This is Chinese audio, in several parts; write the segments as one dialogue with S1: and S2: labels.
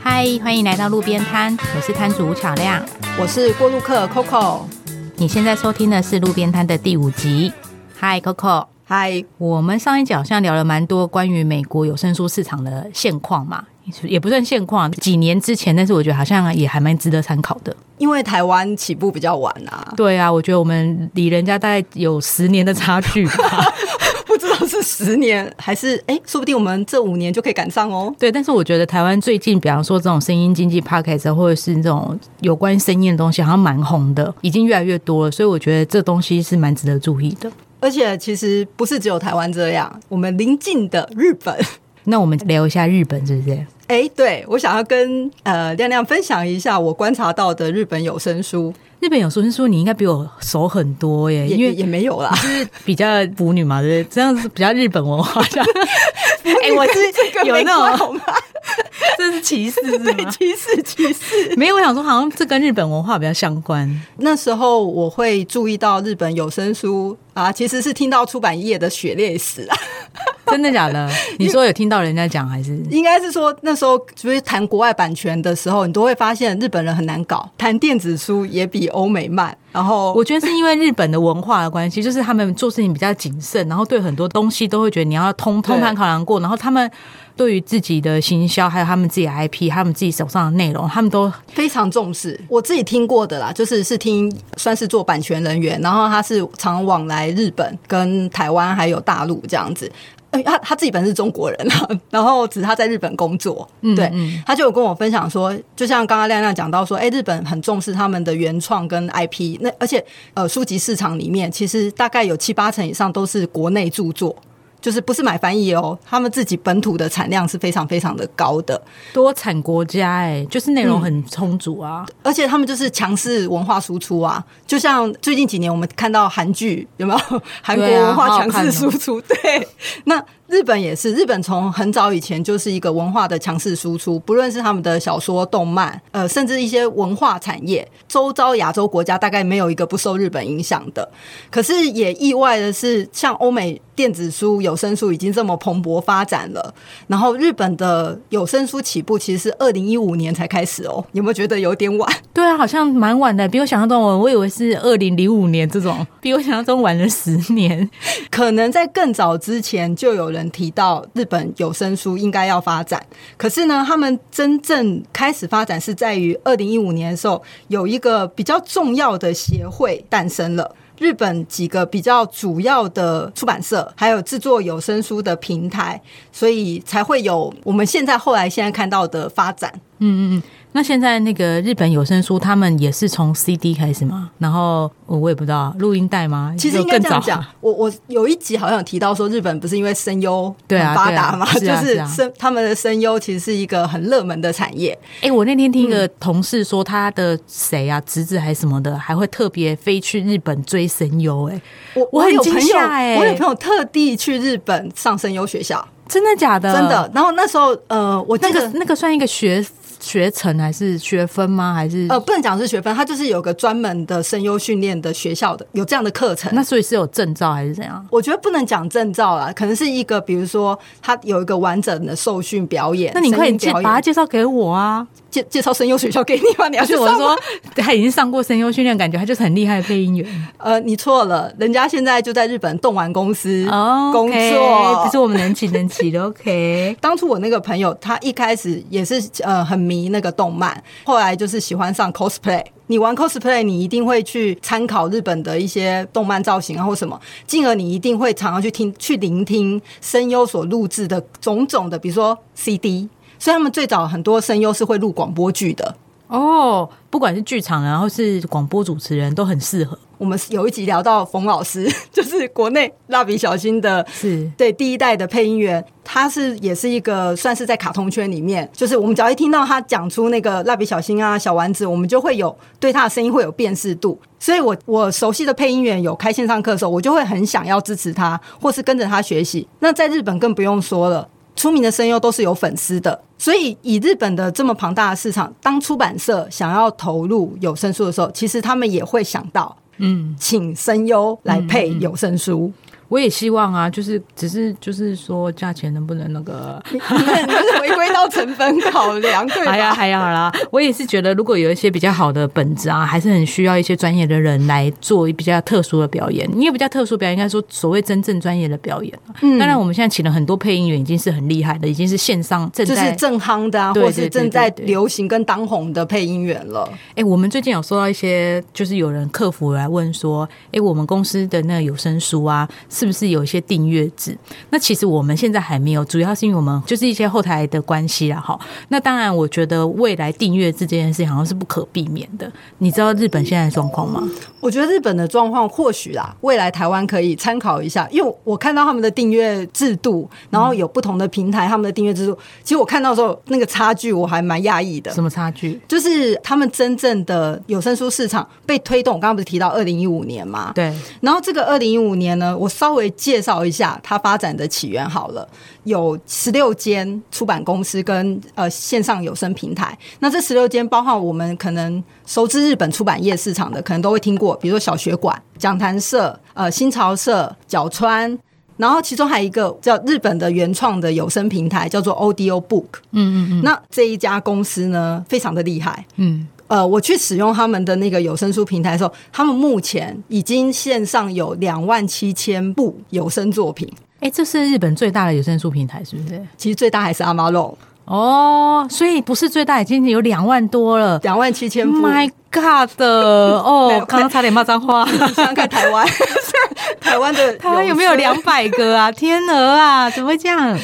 S1: 嗨，欢迎来到路边摊，我是摊主吴巧亮。
S2: 我是过路客 Coco。
S1: 你现在收听的是路边摊的第五集。嗨，Coco，
S2: 嗨，
S1: 我们上一集好像聊了蛮多关于美国有声书市场的现况嘛，也不算现况，几年之前，但是我觉得好像也还蛮值得参考的。
S2: 因为台湾起步比较晚 啊，
S1: 对啊，我觉得我们离人家大概有十年的差距吧。
S2: 不知道是十年还是哎、说不定我们这五年就可以赶上哦。
S1: 对，但是我觉得台湾最近，比方说这种声音经济 podcast 或者是这种有关声音的东西，好像蛮红的，已经越来越多了，所以我觉得这东西是蛮值得注意的。
S2: 而且其实不是只有台湾这样，我们邻近的日本，
S1: 那我们聊一下日本，是不是？
S2: 哎、对我想要跟呃亮亮分享一下我观察到的日本有声书，
S1: 日本有声书，你应该比我熟很多耶，
S2: 也
S1: 因
S2: 也
S1: 为
S2: 也没 有啦。
S1: 就是比较腐女嘛，对不对？这样子比较日本文化。 这样哎、我是
S2: 这个
S1: 有
S2: 没
S1: 那
S2: 关
S1: 种，
S2: 好吗？
S1: 这是歧视是
S2: 对，
S1: 吗？
S2: 歧视歧视。
S1: 没有，我想说好像这跟日本文化比较相 关。
S2: 那时候我会注意到日本有声书啊，其实是听到出版业的血泪史啊。
S1: 真的假的？你说有听到人家讲还是？
S2: 应该是说那时候就是谈国外版权的时候，你都会发现日本人很难搞，谈电子书也比欧美慢。然后
S1: 我觉得是因为日本的文化的关系，就是他们做事情比较谨慎，然后对很多东西都会觉得你要通通盘考量过，然后他们对于自己的行销，还有他们自己的 IP，他们自己手上的内容，他们都
S2: 非常重视。我自己听过的啦，就是是听算是做版权人员，然后他是常往来日本、跟台湾还有大陆这样子。呃他他自己本身是中国人啊， 然后只是他在日本工作，对，他就有跟我分享说，就像刚刚亮亮讲到说，哎、日本很重视他们的原创跟 IP，那而且呃，书籍市场里面其实大概有七八成以上都是国内著作，就是不是买翻译哦，他们自己本土的产量是非常非常的高的，
S1: 多产国家、哎，就是内容很充足啊。
S2: 而且他们就是强势文化输出啊，就像最近几年我们看到韩剧有没有 韩国文化强势输出？对，那日本也是，日本从很早以前就是一个文化的强势输出，不论是他们的小说、动漫，呃，甚至一些文化产业，周遭亚洲国家大概没有一个不受日本影响的。可是也意外的是，像欧美电子书、有声书已经这么蓬勃发展了，然后日本的有声书起步其实是二零一五年才开始哦，有没有觉得有点晚？
S1: 对啊，好像蛮晚的，比我想象中晚。我以为是二零零五年这种， 比我想象中晚了十年。
S2: 可能在更早之前就有人提到日本有声书应该要发展，可是呢，他们真正开始发展是在于二零一五年的时候，有一个比较重要的协会诞生了。日本几个比较主要的出版社，还有制作有声书的平台，所以才会有我们现在后来现在看到的发展。
S1: 那现在那个日本有声书，他们也是从 CD 开始吗？然后我我也不知道录音带吗？
S2: 其实
S1: 有
S2: 应该
S1: 更
S2: 这样
S1: 早
S2: 讲，我我有一集好像有提到说，日本不是因为声优
S1: 对啊
S2: 很发达嘛，
S1: 对啊
S2: 就是
S1: 啊
S2: 是
S1: 是啊
S2: 声他们的声优其实是一个很热门的产业。
S1: 哎、我那天听一个同事说，他的谁啊，侄子还是什么的，还会特别飞去日本追声优，哎，
S2: 我
S1: 我很
S2: 有
S1: 惊
S2: 朋友，
S1: 吓欸
S2: 我有朋友特地去日本上声优学校，
S1: 真的假的？
S2: 真，的。然后那时候，呃，我记
S1: 嗯那个
S2: 得。
S1: 那个算一个学学程还是学分吗？还是、
S2: 呃，不能讲是学分，它就是有个专门的声优训练的学校的，有这样的课程。
S1: 那所以是有证照还是怎样？
S2: 我觉得不能讲证照啦，可能是一个，比如说他有一个完整的受训表演。
S1: 那你快点
S2: 声
S1: 介
S2: 音表
S1: 把它
S2: 演
S1: 介绍给我啊！
S2: 介介绍声优学校给你吗？你要
S1: 而
S2: 去
S1: 且我
S2: 上吗
S1: 说他已经上过声优训练，感觉他就是很厉害的配音员
S2: 呃，你错了，人家现在就在日本动玩公司
S1: 哦
S2: 工作。
S1: OK，不是我们能起能起的 OK。
S2: 当初我那个朋友，他一开始也是呃很迷那个动漫，后来就是喜欢上 cosplay。你玩 cosplay，你一定会去参考日本的一些动漫造型啊或什么，进而你一定会常常去听、去聆听声优所录制的种种的，比如说 CD。所以他们最早很多声优是会录广播剧的。
S1: 哦，不管是剧场人，然后是广播主持人，都很适合。
S2: 我们有一集聊到冯老师， 就是国内蜡笔小新的
S1: 是
S2: 对第一代的配音员，他是也是一个算是在卡通圈里面，就是我们只要一听到他讲出那个蜡笔小新啊、小丸子，我们就会有对他的声音会有辨识度。所以我我熟悉的配音员有开线上课的时候，我就会很想要支持他，或是跟着他学习。那在日本更不用说了。出名的声优都是有粉丝的，所以以日本的这么庞大的市场，当出版社想要投入有声书的时候，其实他们也会想到，嗯，请声优来配有声书。
S1: 我也希望啊，就是只是就是说价钱能不能那个，
S2: 那 就是回归到成本考量，对 吧？
S1: 哎呀哎呀啦，我也是觉得，如果有一些比较好的本子啊，还是很需要一些专业的人来做比较特殊的表演。因为比较特殊表演，应该说所谓真正专业的表演、啊。嗯，当然我们现在请了很多配音员，已经是很厉害的，已经是线上正
S2: 就是
S1: 在。
S2: 正夯的啊，
S1: 对
S2: 或
S1: 对
S2: 是正在流行跟当红的配音员了。
S1: 哎、我们最近有收到一些，就是有人客服来问说，哎、我们公司的那个有声书啊，是不是有一些订阅制？那其实我们现在还没有，主要是因为我们就是一些后台的关系啦，哈。那当然，我觉得未来订阅制这件事情好像是不可避免的。你知道日本现在的状况吗？
S2: 我觉得日本的状况或许啊，未来台湾可以参考一下，因为我看到他们的订阅制度，然后有不同的平台他们的订阅制度，其实我看到的时候那个差距我还蛮讶异的。
S1: 什么差距？
S2: 就是他们真正的有声书市场被推动，我刚刚不是提到二零一五年吗？
S1: 对，
S2: 然后这个二零一五年呢，我稍微介绍一下它发展的起源好了。有十六间出版公司跟呃线上有声平台，那这十六间包含我们可能熟知日本出版业市场的，可能都会听过，比如说小学馆、讲坛社、呃新潮社、角川。然后其中还有一个叫日本的原创的有声平台，叫做 Audio Book。
S1: 嗯嗯嗯
S2: 那这一家公司呢，非常的厉害，
S1: 嗯，
S2: 呃，我去使用他们的那个有声书平台的时候，他们目前已经线上有两万七千部有声作品，
S1: 哎、这是日本最大的有声书平台，是不是？
S2: 其实最大还是阿玛龙，
S1: 哦，所以不是最大，已经有两万多了。
S2: 两万七千部。
S1: Oh My God！哦
S2: 没有，
S1: 刚刚差点骂脏话。
S2: 你想想看台 湾，台湾的
S1: 台湾有没有
S2: 声
S1: 两百个啊？ 天鹅啊，怎么会这样？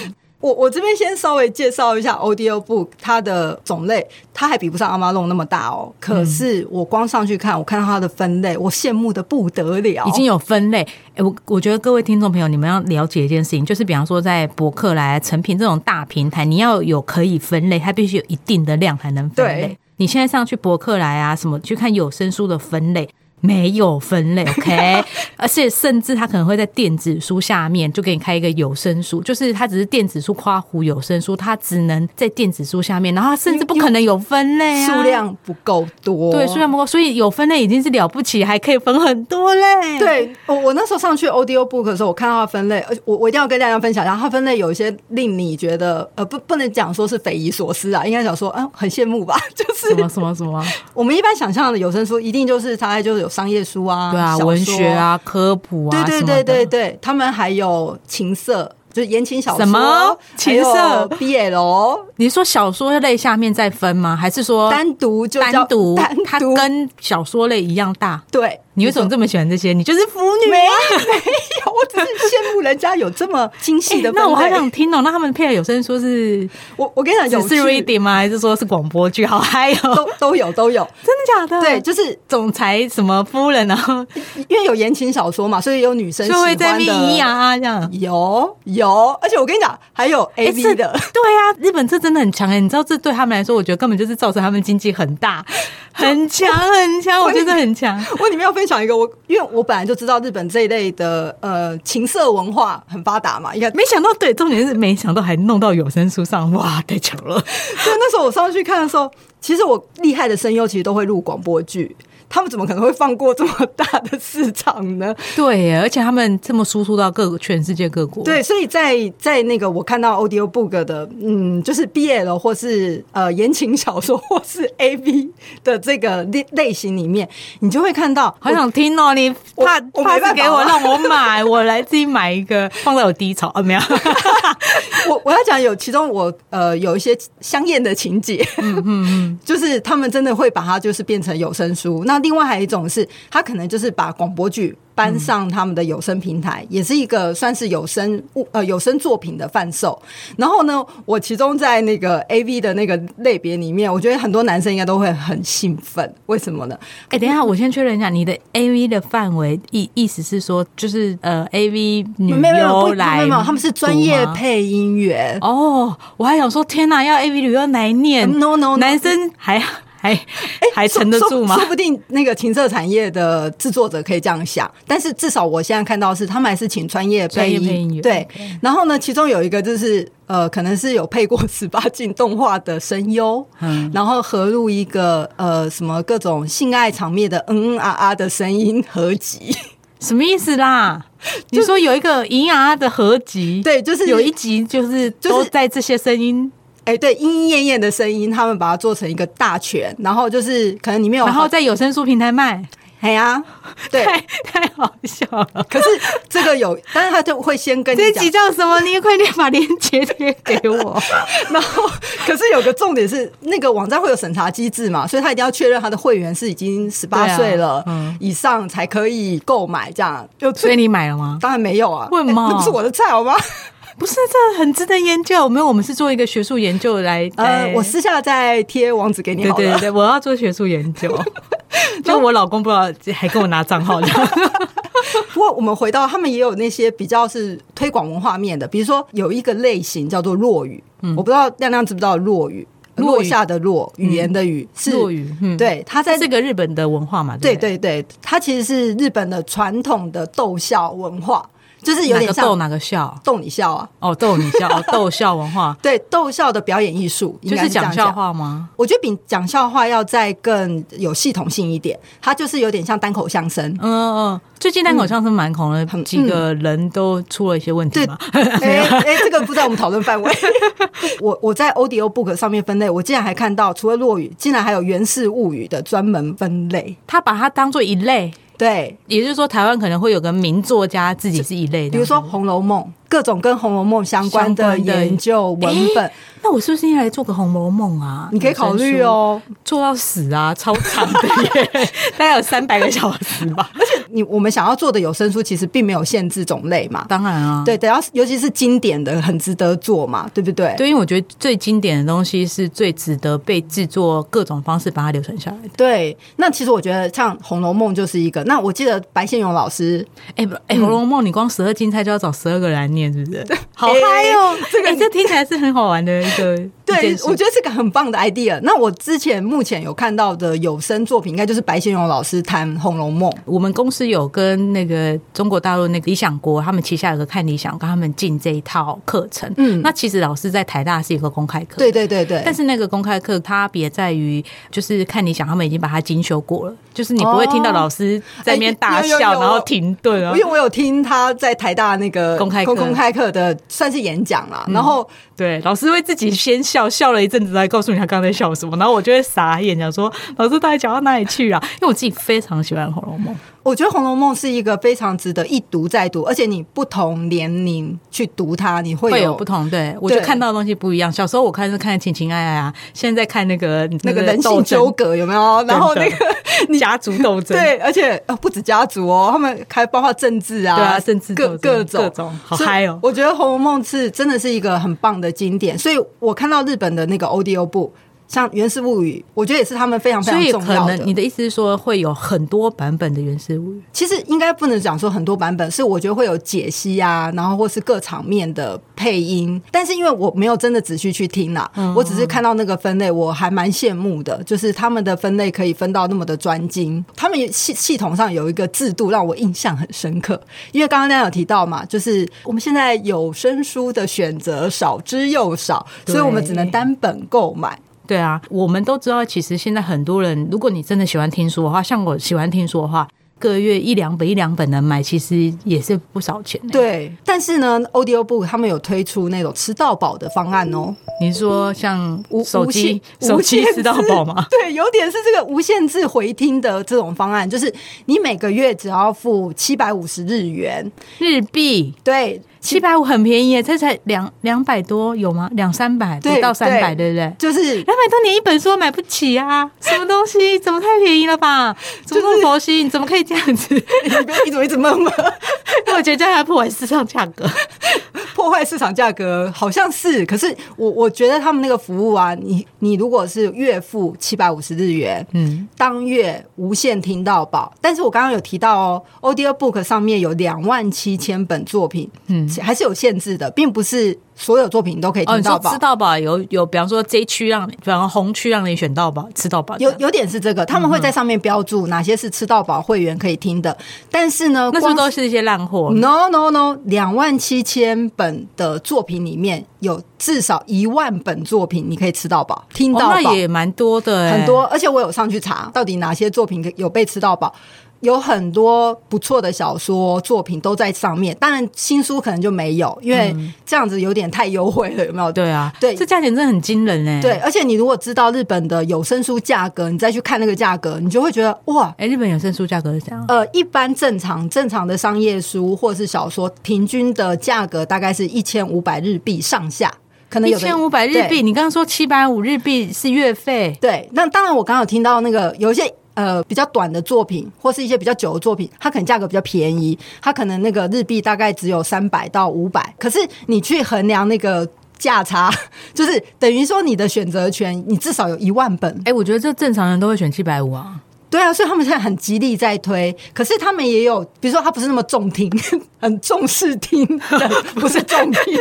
S2: 我我这边先稍微介绍一下 Audio Book 它的种类，它还比不上 Amazon 那么大哦。可是我光上去看，我看到它的分类，我羡慕的不得了。
S1: 已经有分类。哎、我我觉得各位听众朋友，你们要了解一件事情，就是比方说在博客来、成品这种大平台，你要有可以分类，它必须有一定的量才能分类
S2: 对。
S1: 你现在上去博客来啊，什么去看有声书的分类。没有分 类，OK，而且甚至它可能会在电子书下面就给你开一个有声书，就是它只是电子书夸胡有声书，它只能在电子书下面，然后它甚至不可能有分类、啊，
S2: 数量不够多，
S1: 对，数量不够，所以有分类已经是了不起，还可以分很多类。，
S2: 对我，我那时候上去 Audio Book 的时候，我看到它分类，而且我我一定要跟大家分享一下，它分类有一些令你觉得呃不不能讲说是匪夷所思啊，应该讲说嗯很羡慕吧， 就是
S1: 什么什么什 么，
S2: 我们一般想象的有声书，一定就是大概就是有商业书啊，
S1: 对啊，
S2: 小说
S1: 文学，啊，科普
S2: 对
S1: 啊，
S2: 对
S1: 什么
S2: 对
S1: 的
S2: 对对，他们还有情色。就是言情小说，
S1: 什么情色哦
S2: ，BL
S1: 你说小说类下面再分吗？还是说
S2: 单独就叫
S1: 单独
S2: 单
S1: 它
S2: 独
S1: 跟小说类一样大？
S2: 对，
S1: 你为什么这么喜欢这些？你就是腐女。
S2: 没没有？我只是羡慕人家有这么精细的
S1: 哎
S2: 分类。
S1: 那我好想听哦、那他们配的有声书是
S2: 我我跟你讲，
S1: 只
S2: 有
S1: 是
S2: 趣
S1: reading 吗？还是说是广播剧？好嗨 哦、
S2: 都都有都有，
S1: 真的假的？
S2: 对，，就是
S1: 总裁什么夫人，然后
S2: 因为有言情小说嘛，所以有女生喜
S1: 就会
S2: 欢
S1: 在那边咿呀
S2: 的。
S1: 啊这样。
S2: 有有，而且我跟你讲，还有 A
S1: 哎
S2: V
S1: 这
S2: 的，
S1: 对啊，日本这真的很强哎、你知道这对他们来说，我觉得根本就是造成他们经济很大，很强很强，我觉得很强。
S2: 我里面要分享一个，我因为我本来就知道日本这一类的呃情色文化很发达嘛，应该
S1: 没想到，对，重点是没想到还弄到有声书上，哇，太巧了！
S2: 所以那时候我上去看的时候，其实我厉害的声优其实都会录广播剧，他们怎么可能会放过这么大的市场呢？
S1: 对耶，而且他们这么输出到各全世界各国，
S2: 对，所以在在那个我看到 Audio Book 的，嗯，就是 BL 或是呃言情小说或是 AV 的这个类类型里面，你就会看到，
S1: 好想听哦！你
S2: 我
S1: 怕
S2: 我
S1: 怕是
S2: 没办法
S1: 给我
S2: 啊
S1: 让我买，我来自己买一个放在我低潮啊， 没有？
S2: 我我要讲有其中我呃有一些香艳的情节，嗯嗯嗯， 就是他们真的会把它就是变成有声书。那另外还有一种是，他可能就是把广播剧搬上他们的有声平台，
S1: 嗯
S2: 也是一个算是有声物呃有声作品的贩售。然后呢，我其中在那个 A V 的那个类别里面，我觉得很多男生应该都会很兴奋，为什么呢？
S1: 哎、等一下，我先确认一下，你的 A V 的范围意意思是说，就是呃，A V 女
S2: 没有没有
S1: 优
S2: 不
S1: 来
S2: 没有没有，他们是专业
S1: 读吗
S2: 配音员。
S1: 哦，我还想说，天哪，要 A V 女优来念
S2: No, no, no
S1: 男生还还还
S2: 哎说
S1: 沉得住吗
S2: 说？说不定那个情色产业的制作者可以这样想，但是至少我现在看到是他们还是请专业配
S1: 专业配音
S2: 音
S1: 员
S2: 对，然后呢，其中有一个就是呃，可能是有配过十八禁动画的声优，
S1: 嗯
S2: 然后合入一个呃什么各种性爱场面的嗯嗯啊啊的声音合集。
S1: 什么意思啦？你说有一个银牙的合集，
S2: 对，就是
S1: 有一集就是都在这些声音。
S2: 哎、对，莺莺燕燕的声音，他们把它做成一个大全，然后就是可能里面有，
S1: 然后在有声书平台卖，
S2: 哎 呀，对，
S1: 太太好笑了。
S2: 可是这个有，但是他就会先跟你
S1: 这
S2: 讲
S1: 集，叫什么？你快点把链接贴给我。
S2: 然后 可是有个重点是，那个网站会有审查机制嘛，所以他一定要确认他的会员是已经十八
S1: 对啊
S2: 岁了、
S1: 嗯
S2: 以上才可以购买，这样就
S1: 所以你买了吗？
S2: 当然没有啊，
S1: 为什么
S2: 哎 那不是我的菜，好吗？
S1: 不是，这很值得研究。没有，我们是做一个学术研究来。
S2: 呃
S1: 来，
S2: 我私下再贴网址给你
S1: 对
S2: 好了。
S1: 哎对对对，我要做学术研究。 就我老公不知道，还跟我拿 账号呢。
S2: 不过我们回到他们也有那些比较是推广文化面的，比如说有一个类型叫做落语，我不知道亮亮知不知道落语，
S1: 嗯落语
S2: 落下的落，语言的语、是
S1: 落语，嗯，，
S2: 对，他在
S1: 这是个日本的文化嘛，
S2: 对
S1: 不对
S2: 对对，它其实是日本的传统的逗笑文化，就是有
S1: 哪
S2: 点
S1: 个逗
S2: 像
S1: 哪个笑？
S2: 逗你笑啊，
S1: 哦，逗你 笑，哦逗笑文化，
S2: 对，逗笑的表演艺术，应
S1: 就
S2: 该
S1: 是
S2: 这样
S1: 讲笑话吗？
S2: 我觉得比讲笑话要再更有系统性一点，它就是有点像单口相声。
S1: 嗯嗯嗯，最近单口相声蛮红的，
S2: 很
S1: 几个人都出了一些问题 嘛。
S2: 哎哎，这个不在我们讨论范围。 我我在 Audio Book 上面分类，我竟然还看到除了落语，竟然还有源氏物语的专门分类。
S1: 他把它当做一类，
S2: 对，
S1: 也就是说，台湾可能会有个名作家自己是一类的。
S2: 比如说《红楼梦》，各种跟《红楼梦》相关的
S1: 相关的
S2: 研究文本，
S1: 那我是不是应该来做个《红楼梦》啊？
S2: 你可以考虑哦。
S1: 做到死啊，超长的 耶，大概有三百个小时吧。
S2: 你我们想要做的有声书，其实并没有限制种类嘛。
S1: 当然啊，
S2: 对，等要尤其是经典的，很值得做嘛，对不对？
S1: 对，因为我觉得最经典的东西是最值得被制作各种方式把它留存下来的。
S2: 对那其实我觉得像《红楼梦》就是一个。那我记得白先勇老师，
S1: 哎、不，
S2: 嗯
S1: 哎，《红楼梦》你光十二金钗就要找十二个人来念，是不是？好嗨 哦！这个、这听起来是很好玩的一个。一
S2: 哎对
S1: 件事
S2: 我觉得是个很棒的 idea。那我之前目前有看到的有声作品，应该就是白先勇老师谈《红楼梦》。
S1: 我们公司有跟那个中国大陆那个理想国，他们旗下有个看理想，跟他们进这一套课程。
S2: 嗯
S1: 那其实老师在台大是有个公开课，
S2: 对对对对，
S1: 但是那个公开课差别在于，就是看你想，他们已经把它精修过了，就是你不会听到老师在那边大笑，
S2: 哦哎有有有
S1: 然后停顿啊
S2: 因为。我有听他在台大那个
S1: 公开课
S2: 公开课嗯的算是演讲啦，然后
S1: 对，老师会自己先笑，笑了一阵子，再告诉你他刚才在笑什么，然后我就会傻眼，讲说老师到底讲到哪里去啊？ 因为我自己非常喜欢《红楼梦》，
S2: 我觉得《红楼梦》是一个非常值得一读再读，而且你不同年龄去读它，你会有
S1: 会有不同，对我就看到的东西不一样。小时候我看是看《情情爱爱》啊，现在看那个
S2: 那个人性
S1: 斗争
S2: 纠葛有没有？然后那个
S1: 真的家族斗争，
S2: 对，而且呃不止家族哦，他们还包括政治啊，
S1: 对啊政治
S2: 各
S1: 斗争
S2: 种
S1: 各种好
S2: 所以
S1: 嗨哦
S2: 我觉得《红楼梦》是真的是一个很棒的经典，所以我看到日本的那个 ODO 部，像《源氏物语》，我觉得也是他们非常非
S1: 所
S2: 常
S1: 以
S2: 重
S1: 可
S2: 要
S1: 能你
S2: 的。
S1: 的意思是说会有很多版本的《源氏物语》。
S2: 其实应该不能讲说很多版本，是我觉得会有解析啊，然后或是各场面的配音，但是因为我没有真的仔细去听啦，我只是看到那个分类，我还蛮羡慕的，就是他们的分类可以分到那么的专精，他们也系系统上有一个制度让我印象很深刻，因为刚刚那有提到嘛，就是我们现在有声书的选择少之又少，
S1: 对
S2: 所以我们只能单本购买。
S1: 对啊，我们都知道，其实现在很多人，如果你真的喜欢听书的话，像我喜欢听书的话，个月一两本一两本的买，其实也是不少钱、欸。，
S2: 对，但是呢，Audio Book 他们有推出那种吃到饱的方案哦。
S1: 你说像
S2: 无
S1: 手机
S2: 无限
S1: 手机
S2: 无限
S1: 吃到饱吗
S2: 制？ 对，有点是这个无限制回听的这种方案，就是你每个月只要付七百五十日元，
S1: 日币
S2: 对
S1: 七百五很便宜、欸，这才两两百多有吗？两三百不
S2: 对
S1: 到三百，对
S2: 对
S1: 不对？
S2: 就是
S1: 两百多年一本书买不起啊！什么东西？怎么太便宜了 吧？怎么那么佛心？你怎么可以这样子？
S2: 你不要一直一直闷闷，
S1: 我觉得这样还破坏市场价格。
S2: 破坏市场价格，好像是。可是我我觉得他们那个服务啊，你你如果是月付七百五十日元，
S1: 嗯，
S2: 当月无限听到饱。但是我刚刚有提到哦，Audio Book 上面有两万七千本作品，
S1: 嗯，
S2: 还是有限制的，并不是所有作品都可以
S1: 哦，
S2: 听
S1: 你
S2: 到
S1: 说
S2: 饱。
S1: 吃到饱有有，比方说这一区让你，比方说红区让你选到饱，吃到饱这
S2: 有
S1: 样。
S2: 有点是这个，他们会在上面标注哪些是吃到饱会员可以听的，但是嗯呢，
S1: 那是不是
S2: 光
S1: 都是一些烂货？
S2: no no no，两万七千本的作品里面有至少一万本作品你可以吃到饱，听
S1: 哦
S2: 到饱、
S1: 那也蛮多的、欸，
S2: 很多，而且我有上去查到底哪些作品有被吃到饱。有很多不错的小说作品都在上面。当然，新书可能就没有，因为这样子有点太优惠了，有没有？
S1: 嗯对啊，
S2: 对
S1: 这价钱真的很惊人嘞、
S2: 对，，而且你如果知道日本的有声书价格，你再去看那个价格，你就会觉得哇，
S1: 哎、日本有声书价格是这样，
S2: 呃，一般正常正常的商业书或是小说，平均的价格大概是一千五百日币上下，可能
S1: 一
S2: 有的
S1: 千五百日
S2: 对
S1: 币。你刚刚说七百五日币是月费，
S2: 对，那当然，我刚刚有听到那个有一些呃比较短的作品，或是一些比较久的作品，它可能价格比较便宜，它可能那个日币大概只有三百到五百，可是你去衡量那个价差， 就是等于说你的选择权，你至少有一万本
S1: 哎、。我觉得这正常人都会选七百五啊。
S2: 对啊，所以他们现在很极力在推，可是他们也有，比如说他不是那么重听， 很重视听的，不是重听，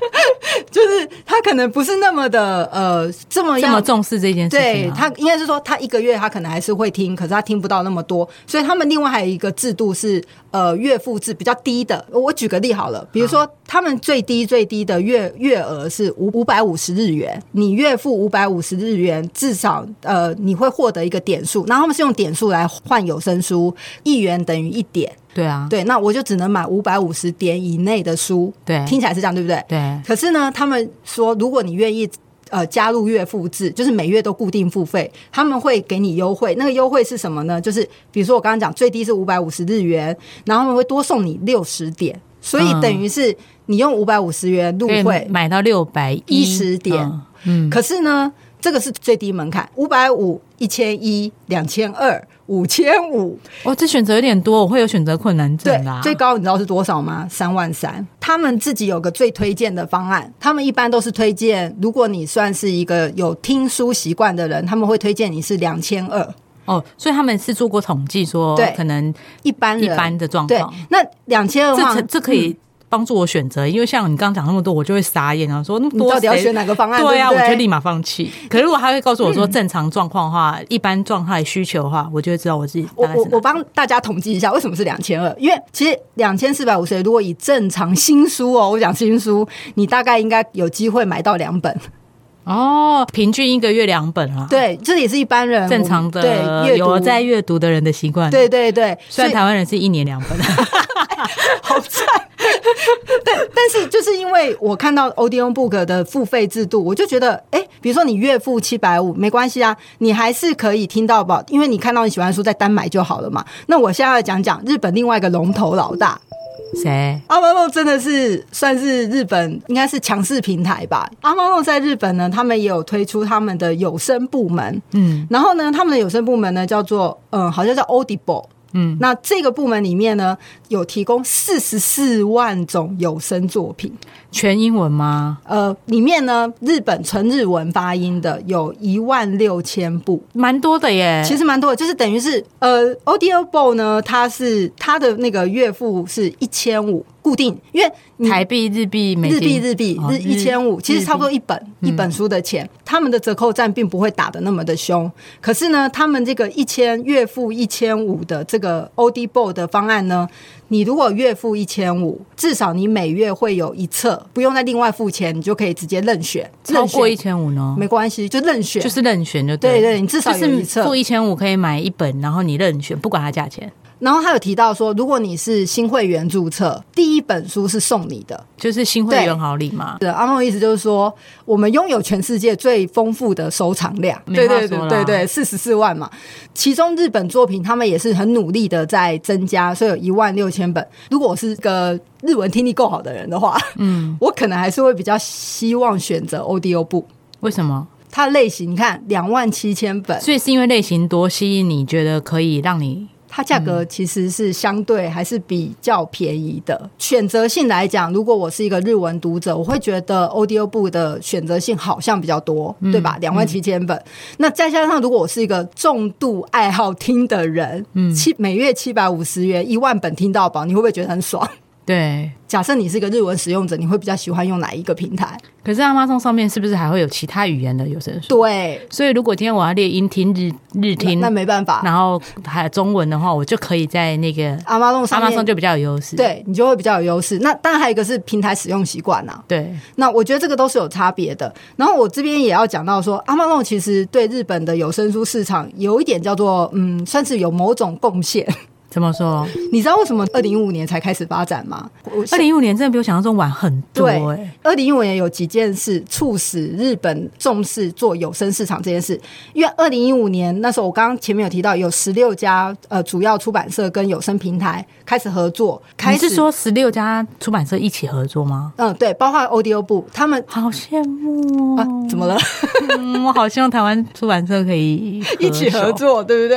S2: 就是他可能不是那么的呃这么
S1: 这
S2: 样
S1: 么重视这件事情、
S2: 对
S1: 啊，
S2: 他应该是说，他一个月他可能还是会听，可是他听不到那么多，所以他们另外还有一个制度是，呃，月付制比较低的。我举个例好了，比如说他们最低最低的月月额是五五百五十日元，你月付五百五十日元，至少呃你会获得一个点数，然后他们是用点数来换有声书，一元等于一点，
S1: 对啊，
S2: 对，那我就只能买五百五十点以内的书，
S1: 对
S2: 听起来是这样对不对？
S1: 对
S2: 可是呢，他们说，如果你愿意呃加入月付制，就是每月都固定付费，他们会给你优惠。那个优惠是什么呢？就是比如说我刚刚讲最低是五百五十日元，然后他们会多送你六十点，所以
S1: 嗯
S2: 等于是你用五百五十元入
S1: 可以
S2: 会，
S1: 买到六百
S2: 10点
S1: 嗯，
S2: 可是呢，这个是最低门槛，五百五、一千一、两千二、五千五，
S1: 我、哦、这选择有点多，我会有选择困难
S2: 对
S1: 症啊啦，。
S2: 最高你知道是多少吗？三万三。他们自己有个最推荐的方案，他们一般都是推荐，如果你算是一个有听书习惯的人，他们会推荐你是两千二。
S1: 哦，所以他们是做过统计，说
S2: 对
S1: 可能
S2: 一般人
S1: 一般的状
S2: 对
S1: 况，，
S2: 那两千二的话
S1: 这，这可
S2: 嗯
S1: 以帮助我选择，因为像你刚刚讲那么多，我就会傻眼啊，说那么
S2: 你
S1: 多
S2: 到底要
S1: 谁
S2: 选哪个方案？
S1: 对啊，
S2: 呀、不
S1: 我
S2: 对嗯
S1: 就立马放弃。可是如果他会告诉我说正常状况的话，一般状态需求的话，我就会知道我自己大
S2: 我
S1: 概是
S2: 我
S1: 哪
S2: 我帮大家统计一下，为什么是两千二？因为其实两千四百五十，如果以正常新书哦，我讲新书，你大概应该有机会买到两本。
S1: 哦，平均一个月两本啊，，
S2: 对，这也是一般人
S1: 正常
S2: 对
S1: 的
S2: 阅
S1: 有
S2: 读
S1: 在阅读的人的习惯。，
S2: 对对对，
S1: 虽然台湾人是一年两本，啊
S2: 好赞。但但是就是因为我看到 Odeon Book 的付费制度，我就觉得，哎、比如说你月付七百五没关系啊，你还是可以听到吧，因为你看到你喜欢的书再单买就好了嘛。那我现在要讲讲日本另外一个龙头老大。
S1: 谁？
S2: 阿猫弄真的是算是日本应该是强势平台吧。阿猫弄在日本呢，他们也有推出他们的有声部门，
S1: 嗯
S2: 然后呢，他们的有声部门呢叫做嗯，好像叫 Audible。
S1: 嗯，
S2: 那这个部门里面呢，有提供四十四万种有声作品，
S1: 全英文吗？
S2: 呃，里面呢，日本纯日文发音的有一万六千部，
S1: 蛮多的耶。
S2: 其
S1: 实
S2: 实蛮多的，就是等于是呃，Audible 呢，它是它的那个月付是一千五固定，因为你
S1: 台币、日币、美
S2: 日
S1: 金
S2: 币日币
S1: 哦
S2: 日一千五，其实差不多
S1: 日币嗯
S2: 一本一本书的钱，他们的折扣战并不会打的那么的凶。可是呢，他们这个一千月付一千五的这个 o d b o 的方案呢，你如果月付一千五，至少你每月会有一册，不用再另外付钱，你就可以直接任选，
S1: 超过
S2: 任
S1: 一
S2: 选
S1: 千五呢，
S2: 没关系，就任选。
S1: 就是任选就对
S2: 对
S1: 了
S2: 对，你至少
S1: 就
S2: 有一册
S1: 是付一千五可以买一本，然后你任选，不管它价钱，
S2: 然后他有提到说，如果你是新会员注册，第一本书是送你的，
S1: 就是新会员好礼嘛。
S2: 是阿梦的意思就是说，我们拥有全世界最丰富的收藏量，
S1: 没
S2: 对
S1: 话
S2: 对
S1: 说啦
S2: 对对对，四十四万嘛。其中日本作品他们也是很努力的在增加，所以有一万六千本。如果我是个日文听力够好的人的话，嗯，我可能还是会比较希望选择 ODO 部。
S1: 为什么？
S2: 它的类型，你看两万七千本，
S1: 所以是因为类型多吸引你，觉得可以让你
S2: 它价
S1: 嗯
S2: 格其实是相对还是比较便宜的。选择性来讲，如果我是一个日文读者，我会觉得 Audio 部的选择性好像比较多，
S1: 嗯
S2: 对吧？两万七千本，那再加上如果我是一个重度爱
S1: 嗯
S2: 好听的人，七每月七百五十元，一万本听到饱，你会不会觉得很爽？
S1: 对。
S2: 假设你是个日文使用者，你会比较喜欢用哪一个平台？
S1: 可是 Amazon 上面是不是还会有其他语言的有声书？
S2: 对，
S1: 所以如果今天我要列英听、日日听，
S2: 那没办法
S1: 然后还有中文的话，我就可以在那个
S2: ，Amazon 上面
S1: Amazon 就比较有优势。
S2: 对你就会比较有优势。那当然还有一个是平台使用习惯啊呐。
S1: 对，
S2: 那我觉得这个都是有差别的。然后我这边也要讲到说，Amazon 其实对日本的有声书市场有一点叫做嗯，算是有某种贡献。
S1: 怎么说？
S2: 你知道为什么二零一五年才开始发展吗？我
S1: 二零一五年真的比我想象中晚很多
S2: 对
S1: 哎、，
S2: 二零一五年有几件事促使日本重视做有声市场这件事，因为二零一五年那时候我刚刚前面有提到，有十六家呃主要出版社跟有声平台开始合作，开
S1: 你
S2: 始
S1: 是说十六家出版社一起合作吗？
S2: 嗯对，包括 ODO 部他们。
S1: 好羡慕哦、
S2: 啊，怎么了？
S1: 嗯，我好希望台湾出版社可以
S2: 一起合
S1: 手。
S2: 作，对不对？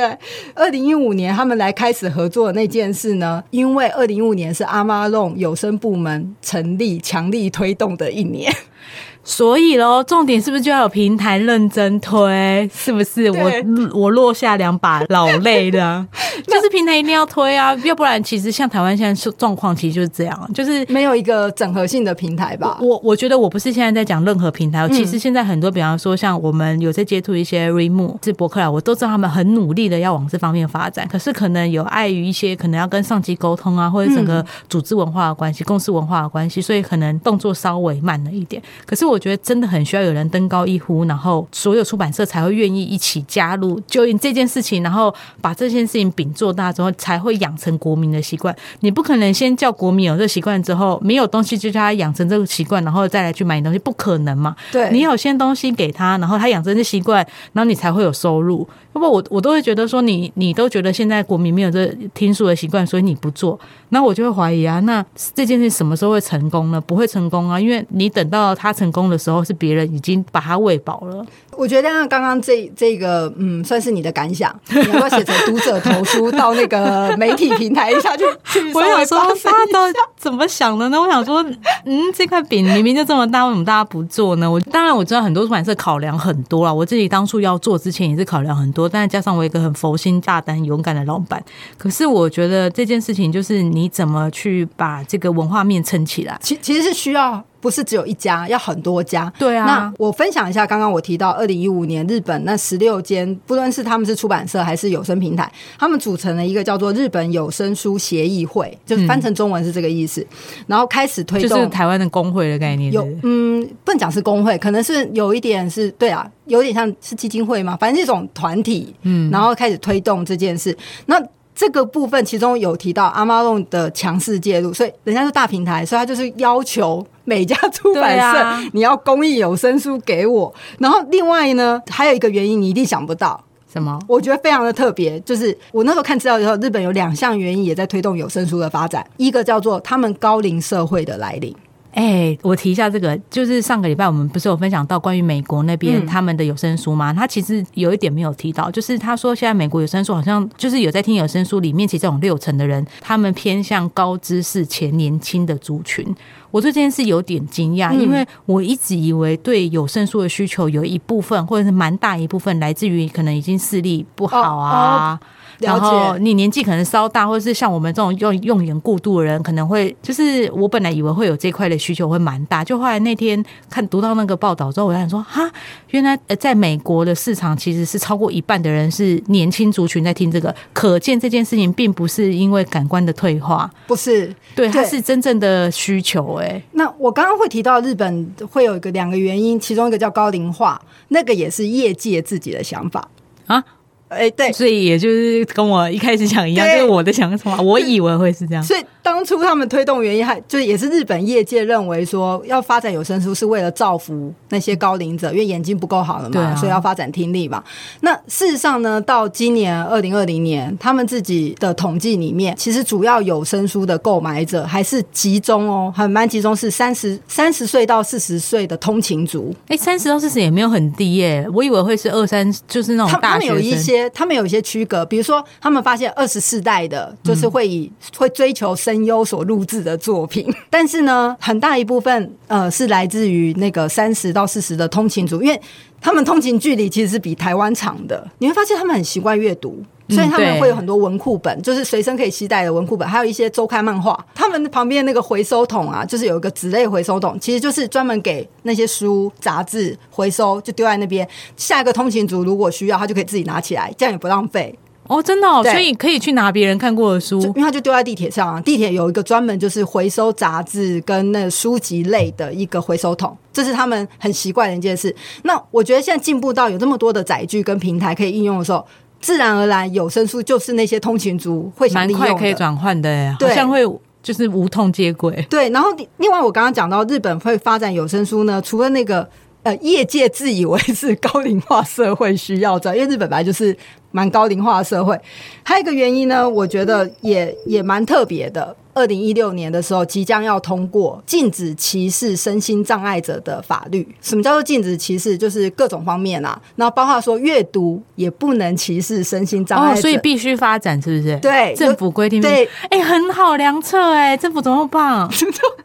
S2: 二零一五年他们来开始合作的那件事呢，因为二零一五年是阿妈弄有声部门成立强力推动的一年，
S1: 所以喽，重点是不是就要有平台认真推？是不是？我
S2: 对
S1: 我落下两把老泪了，就是平台一定要推啊，要不然其实像台湾现在是状况，其实就是这样，就是。
S2: 没有一个整合性的平台吧？
S1: 我我觉得我不是现在在讲任何平台，其实现在很多，比方说像我们有在接触一些 Remo、智博客啊，我都知道他们很努力的要往这方面发展，可是可能有碍于一些可能要跟上级沟通啊，或者整个组织文化的关系、公司文化的关系，所以可能动作稍微慢了一点。可是我觉得真的很需要有人登高一呼，然后所有出版社才会愿意一起加入，就因这件事情，然后把这件事情饼做大之后，才会养成国民的习惯。你不可能先叫国民有这习惯之后，没有东西就叫他养成这个习惯，然后再来去买你东西，不可能嘛？
S2: 对
S1: 你有先东西给他，然后他养成这习惯，然后你才会有收入。要不我我都会觉得说你你都觉得现在国民没有这听书的习惯，所以你不做，那我就会怀疑啊，那这件事什么时候会成功呢？不会成功啊，因为你等到他成功的时候，是别人已经把他喂饱了。
S2: 我觉得刚刚这这个，嗯，算是你的 感想，你要不要写成读者投书到那个媒体平台一下去去稍
S1: 我
S2: 微
S1: 想
S2: 发
S1: 说，
S2: 声
S1: 大家都怎么想的呢？我想说，嗯，这块饼明明就这么大，为什么大家不做呢？我当然我知道很多出版社考量很多啦，我自己当初要做之前也是考量很多，但是加上我一个很佛心、大胆、勇敢的老板，可是我觉得这件事情就是你怎么去把这个文化面撑起来。
S2: 其其实是需要，不是只有一家，要很多家。
S1: 对啊
S2: 那我分享一下，刚刚我提到二零一五年日本那十六间，不论是他们是出版社还是有声平台，他们组成了一个叫做日本有声书协议会，就是翻成中文是这个意思，然后开始推
S1: 嗯就
S2: 动
S1: 是台湾的工会的概念是
S2: 有
S1: 不是
S2: 嗯，不能讲是工会，可能是有一点是对啊，有点像是基金会嘛，反正这种团体，嗯，然后开始推动这件事。那这个部分其中有提到阿妈弄的强势介入，所以人家是大平台，所以他就是要求每家出版社、
S1: 对啊
S2: 你要公益有声书给我。然后另外呢，还有一个原因你一定想不到，
S1: 什么？
S2: 我觉得非常的特别，就是我那时候看资料的时候，日本有两项原因也在推动有声书的发展，一个叫做他们高龄社会的来临。
S1: 哎、我提一下这个，就是上个礼拜我们不是有分享到关于美国那边
S2: 嗯
S1: 他们的有声书吗？他其实有一点没有提到，就是他说现在美国有声书好像就是有在听有声书，里面其实有六成的人他们偏向高知识且年轻的族群。我对这件事有点惊讶，
S2: 嗯
S1: 因为我一直以为对有声书的需求有一部分或者是蛮大一部分来自于可能已经视力不好啊。
S2: 了
S1: 然
S2: 解
S1: 后你年纪可能稍大，或者是像我们这种用用眼过度的人，可能会就是我本来以为会有这块的需求会蛮大，就后来那天看读到那个报道之后，我就想说哈，原来呃在美国的市场其实是超过一半的人是年轻族群在听这个，可见这件事情并不是因为感官的退化，
S2: 不是，
S1: 对，它
S2: 对
S1: 是真正的需求、哎，
S2: 那我刚刚会提到日本会有一个两个原因，其中一个叫高龄化，那个也是业界自己的想法
S1: 啊。
S2: 哎，对，
S1: 所以也就是跟我一开始想一样，就
S2: 对
S1: 是我的想法，我以为会是这样，
S2: 所以当初他们推动原因还就是也是日本业界认为说要发展有声书是为了造福那些高龄者，因为眼睛不够好了
S1: 对
S2: 嘛，
S1: 啊
S2: 所以要发展听力嘛。那事实上呢，到今年二零二零年，他们自己的统计里面，其实主要有声书的购买者还是集中哦，很蛮集中是三十三十岁到四十岁的通勤族。
S1: 哎，三十到四十也没有很低耶、我以为会是二三，就是那
S2: 他
S1: 种
S2: 他
S1: 大
S2: 们
S1: 学
S2: 有一
S1: 生。
S2: 些，他们有一些区隔，比如说，他们发现二十四代的，就是
S1: 嗯
S2: 会以、会追求声优所录制的作品， 但是呢，很大一部分呃是来自于那个三十到四十的通勤族，因为他们通勤距离其实是比台湾长的，你会发现他们很习惯阅读，所以他们
S1: 对
S2: 会有很多文库本，就是随身可以携带的文库本，还有一些周刊漫画。他们旁边那个回收桶啊，就是有一个纸类回收桶，其实就是专门给那些书、杂志回收，就丢在那边。下一个通勤族如果需要，他就可以自己拿起来，这样也不浪费。
S1: 哦，真的、哦，
S2: 对
S1: 所以可以去拿别人看过的
S2: 就
S1: 书
S2: 因。为它就丢在地铁上啊，地铁有一个专门就是回收杂志跟那书籍类的一个回收桶，这是他们很习惯的一件事。那我觉得现在进步到有这么多的载具跟平台可以应用的时候，自然而然有声书就是那些通勤族会想
S1: 蛮
S2: 利用
S1: 快
S2: 的。
S1: 可以转换的耶，好
S2: 对
S1: 像会就是无痛接轨。
S2: 对，然后另外我刚刚讲到日本会发展有声书呢，除了那个呃业界自以为是高龄化社会需要的，因为日本本来就是蛮高龄化的社会，还有一个原因呢，我觉得也也蛮特别的。二零一六年的时候，即将要通过禁止歧视身心障碍者的法律。什么叫做禁止歧视？就是各种方面啊，然后包括说阅读也不能歧视身心障碍
S1: 哦，
S2: 者。
S1: 所以必须发展，是不是？
S2: 对
S1: 政府规定必须
S2: 对，
S1: 哎、很好良策哎，政府怎么那么 棒？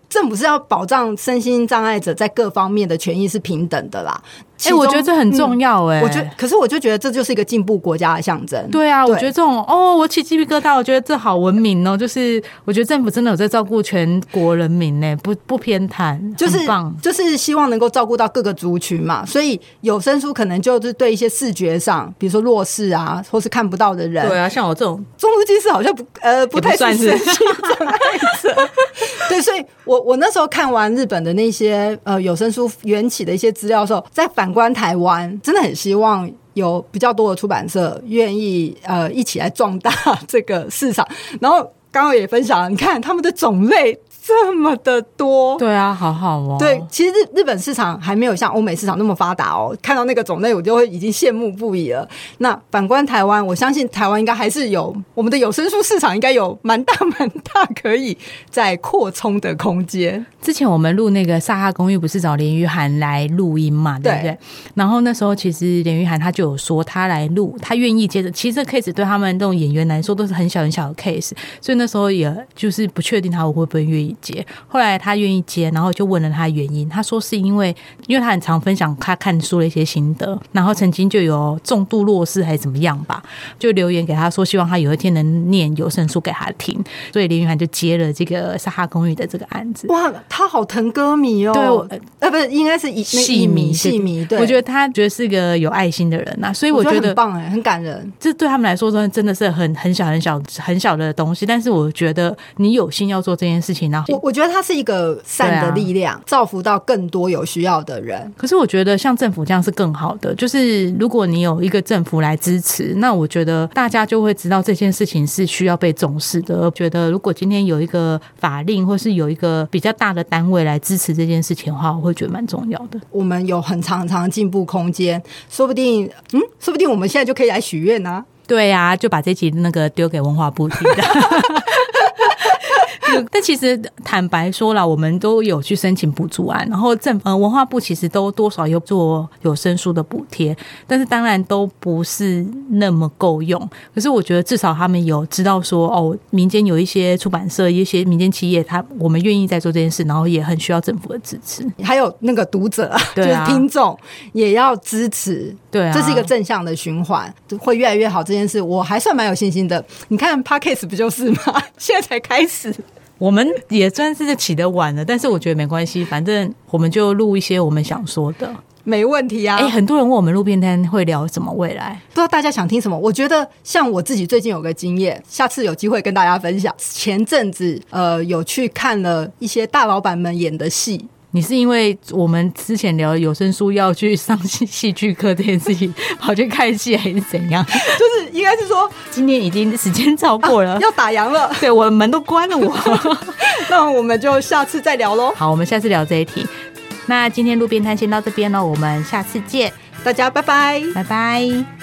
S2: 政府是要保障身心障碍者在各方面的权益是平等的啦。
S1: 哎、我觉得这很重
S2: 要。
S1: 要哎、
S2: 嗯我觉得，可是我就觉得这就是一个进步国家的象征。
S1: 对啊，我
S2: 对
S1: 觉得这种哦，我起鸡皮疙瘩，我觉得这好文明哦，就是我觉得政府真的有在照顾全国人民呢，不不偏袒，
S2: 就是
S1: 很棒。
S2: 就是希望能够照顾到各个族群嘛，所以有声书可能就是对一些视觉上，比如说弱势啊，或是看不到的人，
S1: 啊，像我这种
S2: 中途近视好像不呃不太
S1: 也不算是
S2: 身 心障碍者。对，所以我我那时候看完日本的那些呃有声书缘起的一些资料的时候，再反观台湾，真的很希望。有比较多的出版社愿意呃一起来壮大这个市场，然后刚刚也分享了，你看他们的种类这么的多，
S1: 对啊，好好哦，
S2: 对，其实日日本市场还没有像欧美市场那么发达哦。看到那个种类，我就会已经羡慕不已了。那反观台湾，我相信台湾应该还是有我们的有声书市场，应该有蛮大蛮大可以在扩充的空间。
S1: 之前我们录那个《萨哈公寓》，不是找连玉涵来录音嘛，对不对？
S2: 对
S1: 然后那时候其实连玉涵她就有说，她来录，她愿意接着。其实这 case 对他们这种演员来说都是很小很小的 case，所以那时候也就是不确定她会不会愿意接。后来她愿意接，然后就问了她原因，她说是因为因为她很常分享她看书的一些心得，然后曾经就有重度弱视还是怎么样吧，就留言给她说希望她有一天能念有声书给她听，所以连玉涵就接了这个《萨哈公寓》的这个案子。
S2: 哇，他好疼歌迷哦！
S1: 对我
S2: 呃，不是，应该是以那
S1: 戏
S2: 戏迷，
S1: 迷，
S2: 戏迷。对，
S1: 我觉得他觉得是个有爱心的人呐、所以我
S2: 我觉
S1: 觉
S2: 得很
S1: 得
S2: 棒哎，很感人。
S1: 这对他们来说，真的真的是很很小很小很小的东西。但是我觉得你有心要做这件事情，然
S2: 我
S1: 后。
S2: 我觉得它是一个善的力量，造福到更多有需要的人。
S1: 可是我觉得像政府这样是更好的，就是如果你有一个政府来支持，那我觉得大家就会知道这件事情是需要被重视的。而觉得如果今天有一个法令，或是有一个比较大的单位来支持这件事情的话，我会觉得蛮重要的。
S2: 我们有很长很长的进步空间，说不定，嗯，说不定我们现在就可以来许愿啊。
S1: 对呀、就把这集那个丢给文化部听的。 但其实坦白说了，我们都有去申请补助案，然后政呃文化部其实都多少有做有声书的补贴，但是当然都不是那么够用。可是我觉得至少他们有知道说哦，民间有一些出版社、一些民间企业，他我们愿意在做这件事，然后也很需要政府的支持。
S2: 还有那个读者，
S1: 对啊
S2: 就是听众也要支持，
S1: 对啊，
S2: 这是一个正向的循环，会越来越好。这件事我还算蛮有信心的。你看 p a c k a s 不就是吗？ 现在才开始，
S1: 我们也算是起得晚了，但是我觉得没关系，反正我们就录一些我们想说的。
S2: 没问题啊。
S1: 哎、很多人问我们路边摊会聊什么未来，
S2: 不知道大家想听什么？我觉得像我自己最近有个经验，下次有机会跟大家分享。前阵子呃有去看了一些大老板们演的戏，
S1: 你是因为我们之前聊有声书要去上戏戏剧课这件事情，跑去看戏还是怎样？
S2: 就是应该是说、
S1: 今天已经时间超
S2: 啊
S1: 过了，
S2: 要打烊了，
S1: 对我门都关了我。
S2: 那我们就下次再聊喽，
S1: 好，我们下次聊这一题。那今天路边摊先到这边了，我们下次见，
S2: 大家拜拜。
S1: 拜拜。